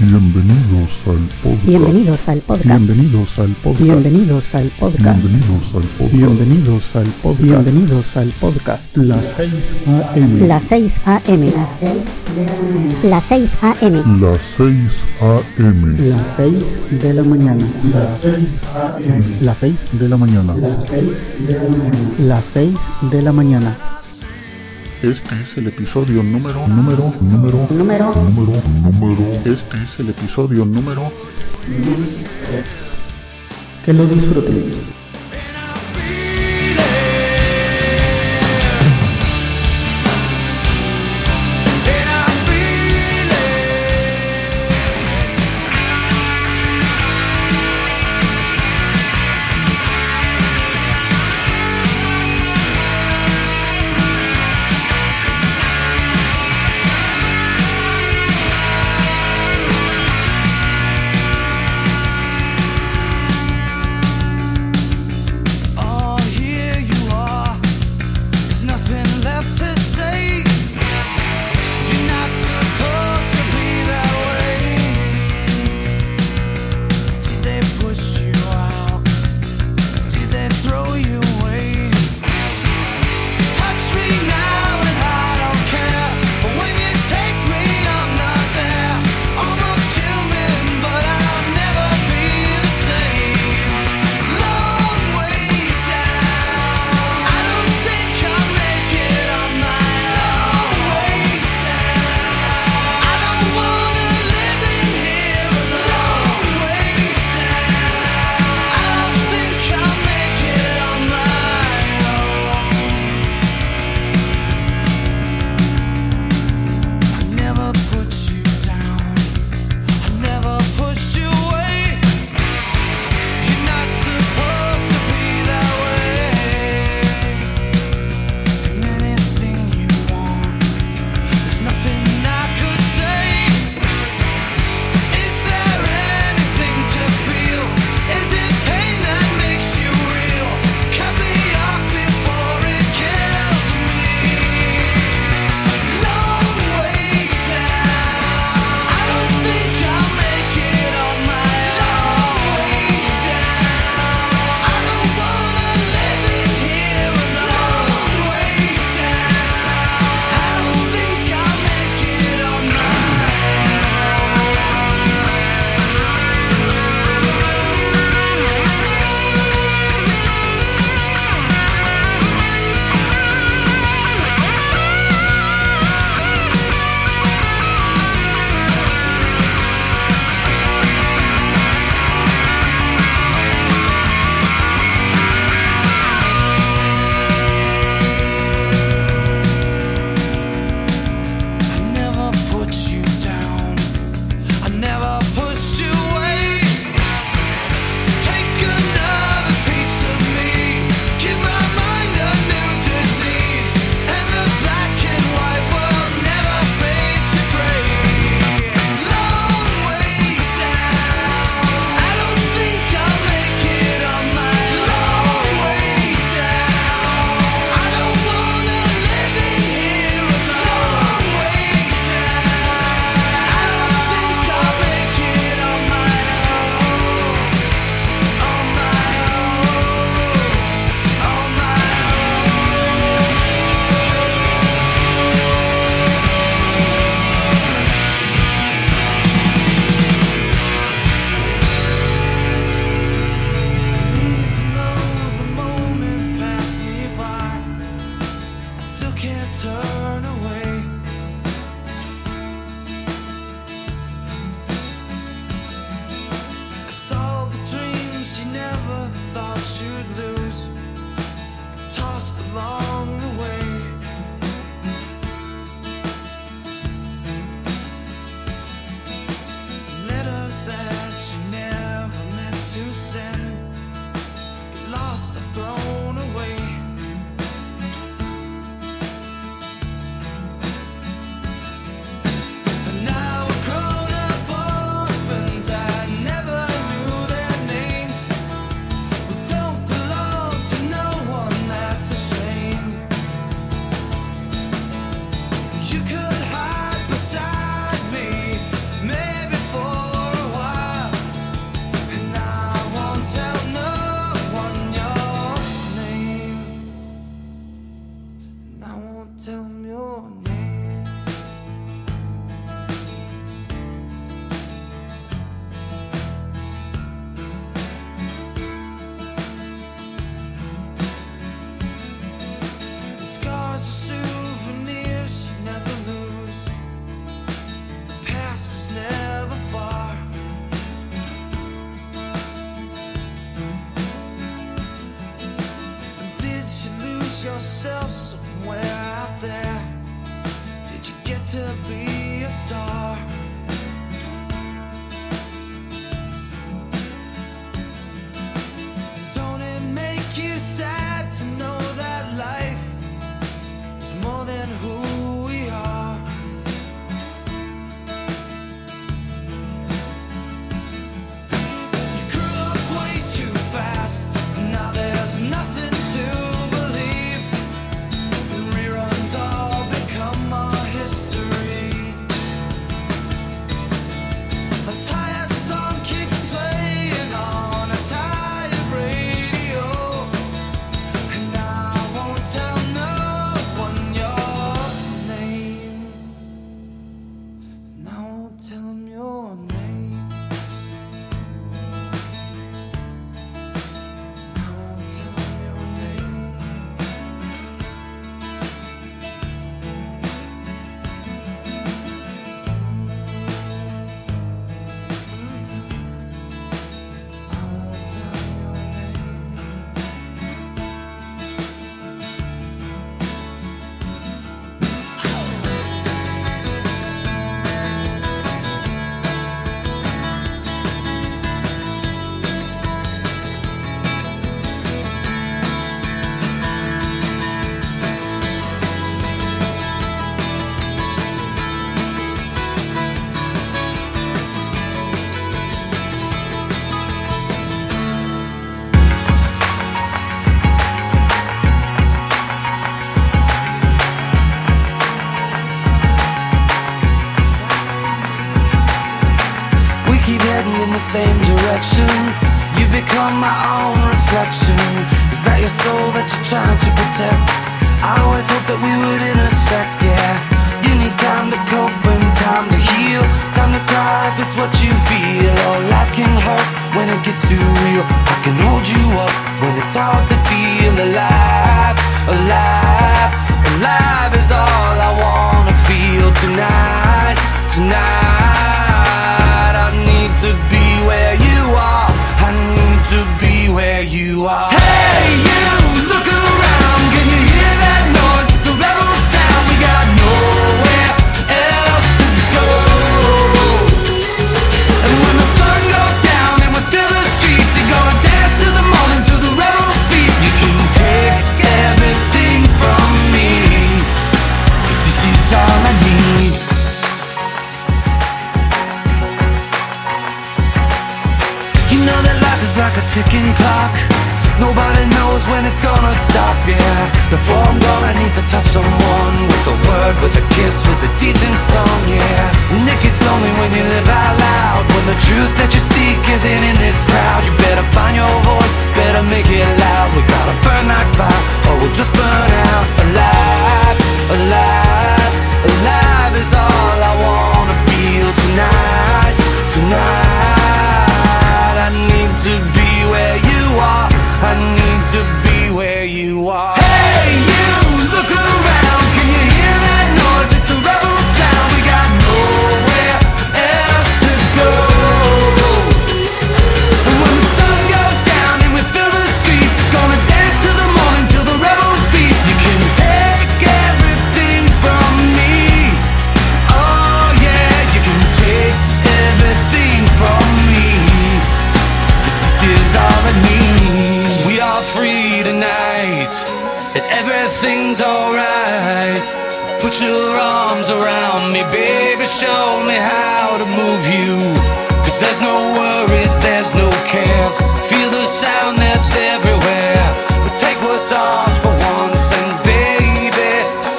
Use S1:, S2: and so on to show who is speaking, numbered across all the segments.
S1: Bienvenidos al podcast.
S2: Bienvenidos al podcast.
S1: Bienvenidos al podcast.
S2: Bienvenidos al podcast.
S1: Bienvenidos al podcast.
S3: Bienvenidos al podcast.
S1: Bienvenidos al podcast.
S3: La 6 AM.
S2: Las 6 AM. Las
S1: Las
S2: 6 AM.
S1: 6 AM.
S3: Las 6 de la mañana.
S1: Las 6 AM.
S3: Las 6 de la mañana. Las 6 de la mañana.
S1: Este es el episodio número, número, número,
S2: Número
S1: número, número. Este es el episodio número
S3: Que lo disfruten.
S4: Oh, heading in the same direction. You become my own reflection. Is that your soul that you're trying to protect? I always hoped that we would intersect, yeah. You need time to cope and time to heal. Time to cry if it's what you feel. Oh, life can hurt when it gets too real. I can hold you up when it's hard to deal. Alive, alive, alive is all I wanna feel tonight, tonight. I need to be where you are. I need to be where you are. Hey, you look around. Can you hear that noise? It's a rebel sound. We got nowhere else to go. And when the sun goes down and we fill the streets, you're gonna dance to the morning to the rebel's beat. You can take everything from me, 'cause this is all I need. You know that life is like a ticking clock. Nobody knows when it's gonna stop, yeah. Before I'm gone, I need to touch someone with a word, with a kiss, with a decent song, yeah. And it gets lonely when you live out loud. When the truth that you seek isn't in this crowd, you better find your voice, better make it loud. We gotta burn like fire, or we'll just burn out. Alive, alive, alive is all I wanna feel tonight, tonight. I need to be where you are. I need to be where you are. Hey, you look around. Can you hear that noise? It's a rebel sound. We got nowhere else to go. And when the sun goes down and we fill the streets, gonna dance till the morning till the rebels beat. You can take everything from me. Oh yeah, you can take everything from me. 'Cause this is all I need. We are free tonight, and everything's alright. Put your arms around me, baby. Show me how to move you. 'Cause there's no worries, there's no cares. Feel the sound that's everywhere. But take what's ours for once, and baby,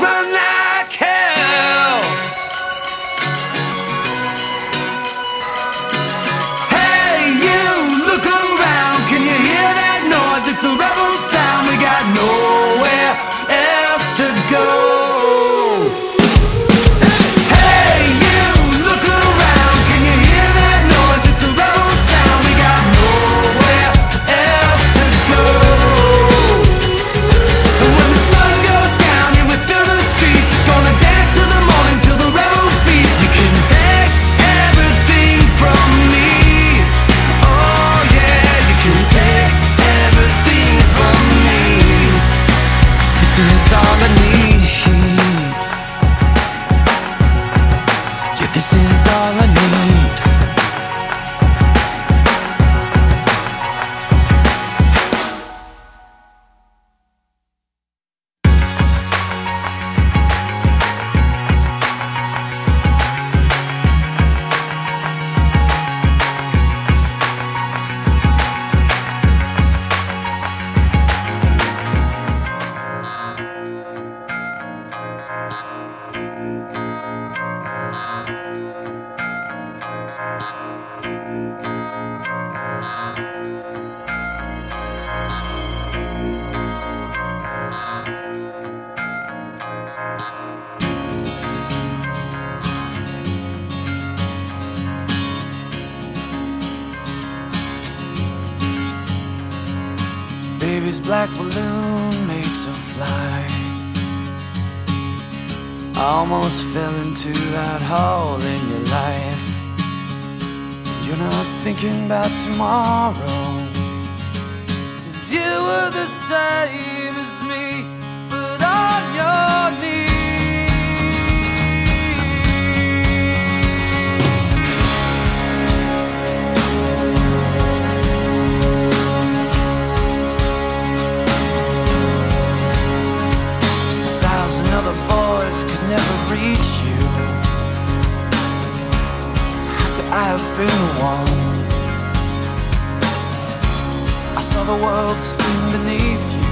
S4: run like hell. Hey, you look around. Can you hear that noise? It's a rebel sound. We got nowhere else to go. Hey, you look around. Can you hear that noise? It's a rebel sound. We got nowhere else to go. And when the sun goes down and we fill the streets, gonna dance till the morning till the rebels beat. You can take everything from me. Oh yeah, you can take everything from me. 'Cause This is all I need. Yeah, this is all I need. Baby's black balloon makes her fly. I almost fell into that hole in your life. You're not thinking about tomorrow. 'Cause you were the same as me, but on your knees. thousand other boys could never reach you. How could I have been one? I saw the world spin beneath you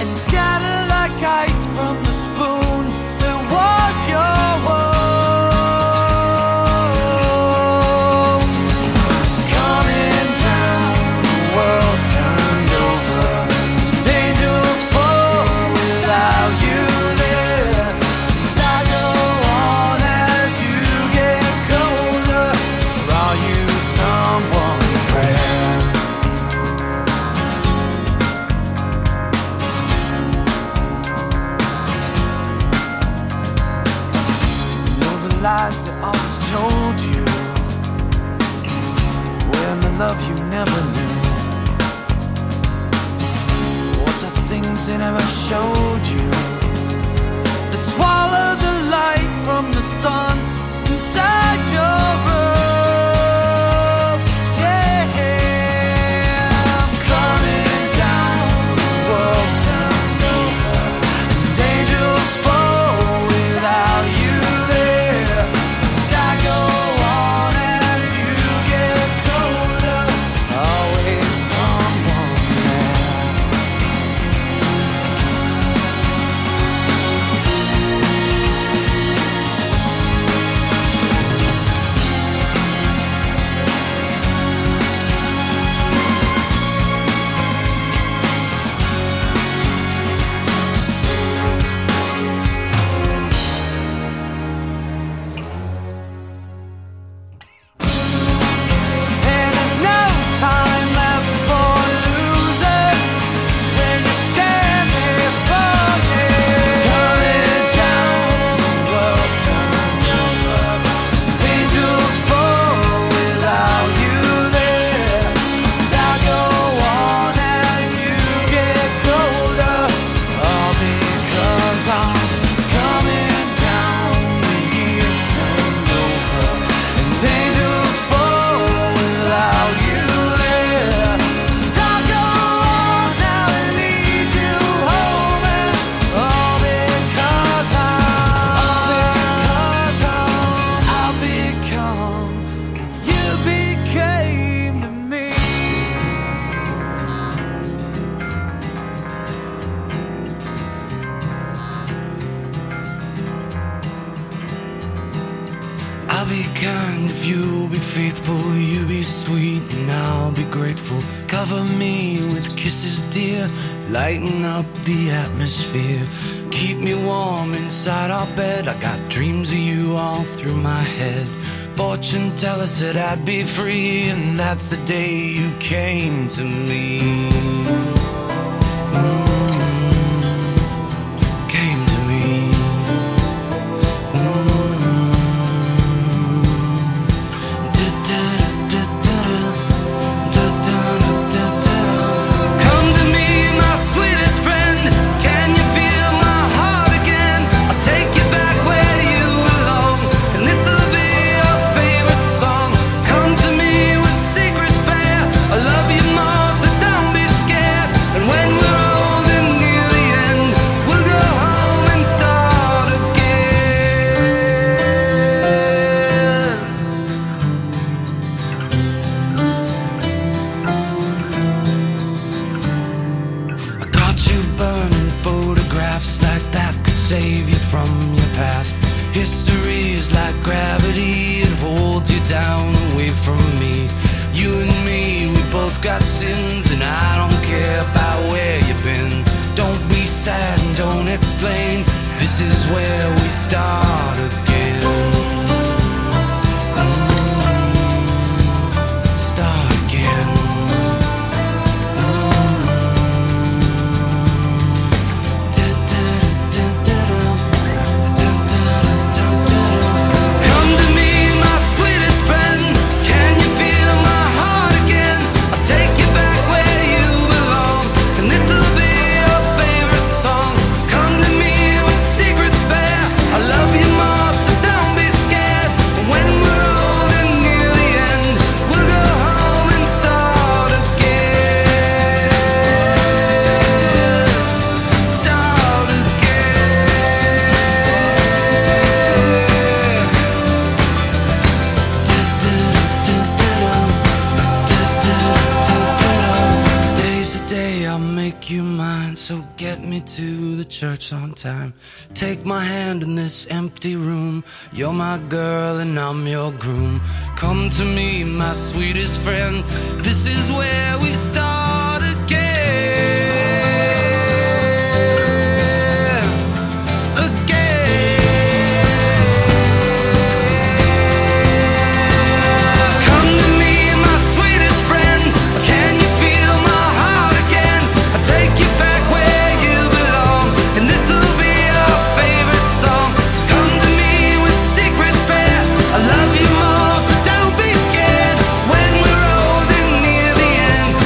S4: and scatter like ice from the spoon. that was your world. love you never knew. What's the things they never showed you? That swallow the light from the sun inside your room. Yeah, I'm coming down the world turned over. And angels fall without you there. And I go on as you get colder. Always someone there. And there's no time left for losers when you stand there for Coming down, world turned over. Angels fall without you there. I go on as you get colder, all because I'm coming down. The years turned over, and angels fall without you there. I go on now and lead you home, and all because I'm, all because I'm, I've become. You became to me. I'll be kind if you be faithful, you be sweet, and I'll be grateful. Cover me with kisses, dear. Lighten up the atmosphere. Keep me warm inside our bed. I got dreams of you all through my head. Fortune tell us that I'd be free, and that's the day you came to me. Mm-hmm. Mm, Came to me. Come to me, my sweetest friend. Can you feel my heart again? I'll take you back where you belong, and this'll be your favorite song. Come to me with secrets bare. I love you more, so don't be scared. And when we're old and near the end, we'll go home and start again. I caught you burning photographs like that could save you from your past. History is like gravity, it holds you down away from me. You and me, we both got sins, and I don't care about where you've been. Don't be sad and don't explain. This is where we start again. Mm. Start again. Come to me, my sweetest friend. Can you feel my heart again? I'll take you back where you belong, and this'll be your favorite song. Come to me with secrets bare. I love you more, so don't be scared. When we're old and near the end, we'll go home and start again. Start again. Today's the day I'll make you mine, so get me to the church on time. Take my hand in this empty room. You're my girl and I'm your groom. Come to me, my sweetest friend. This is where we start again. Again. Come to me, my sweetest friend. Can you feel my heart again? I'll take you back where you belong, and this'll be our favorite song. Come to me with secrets bare. I love you more, so don't be scared. When we're old and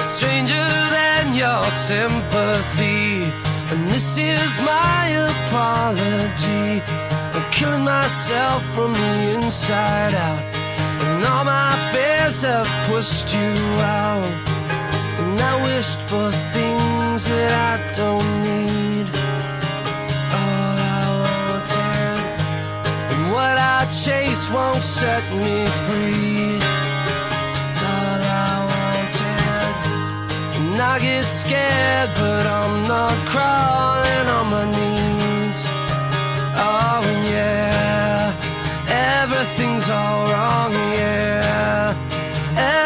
S4: stranger than your sympathy. And this is my apology. I'm killing myself from the inside out. And all my fears have pushed you out. And I wished for things that I don't need. All I wanted. And what I chase won't set me free. It's all I wanted. And I get scared, but I'm not crawling on my knees. Oh, and yeah, everything's all wrong, yeah.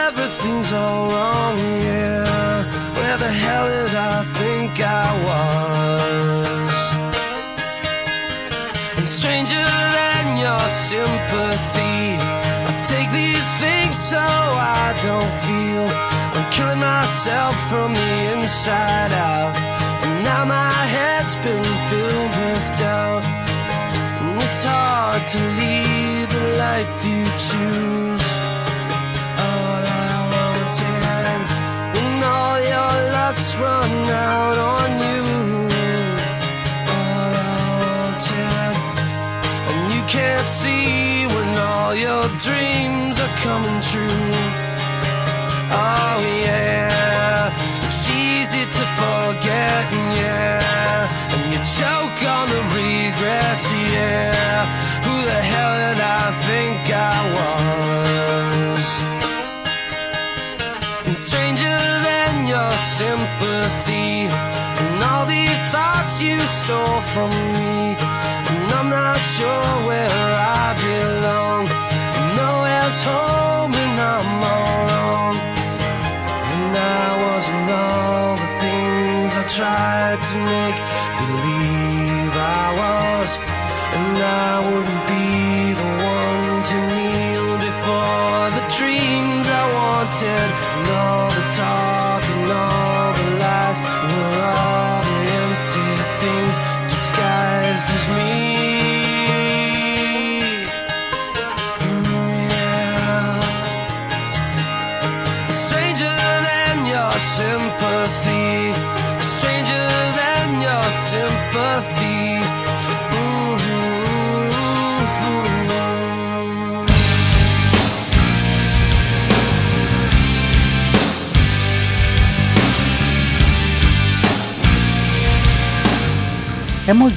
S4: Everything's all wrong, yeah. Where the hell did I think I was? and stranger than your sympathy. I take these things so I don't feel. I'm killing myself from the inside out. And now my head's been filled with doubt. And it's hard to lead the life you choose. All I wanted, and all your luck's run out on you. All I wanted. And you can't see when all your dreams are coming true. Oh yeah, it's easy to forget, and yeah. And you choke on the regrets, yeah. Who the hell did I think I was? And stranger than your sympathy, and all these thoughts you stole from me. And I'm not sure where I belong. Nowhere's home, and I'm all alone. And I wasn't all the things I tried to make believe I was. And I wouldn't be the one to kneel before the dreams I wanted. And all the talk and all the lies were all the empty things disguised as me. Mm, yeah stranger than your sympathy, stranger than your sympathy. Mhm.
S3: Hemos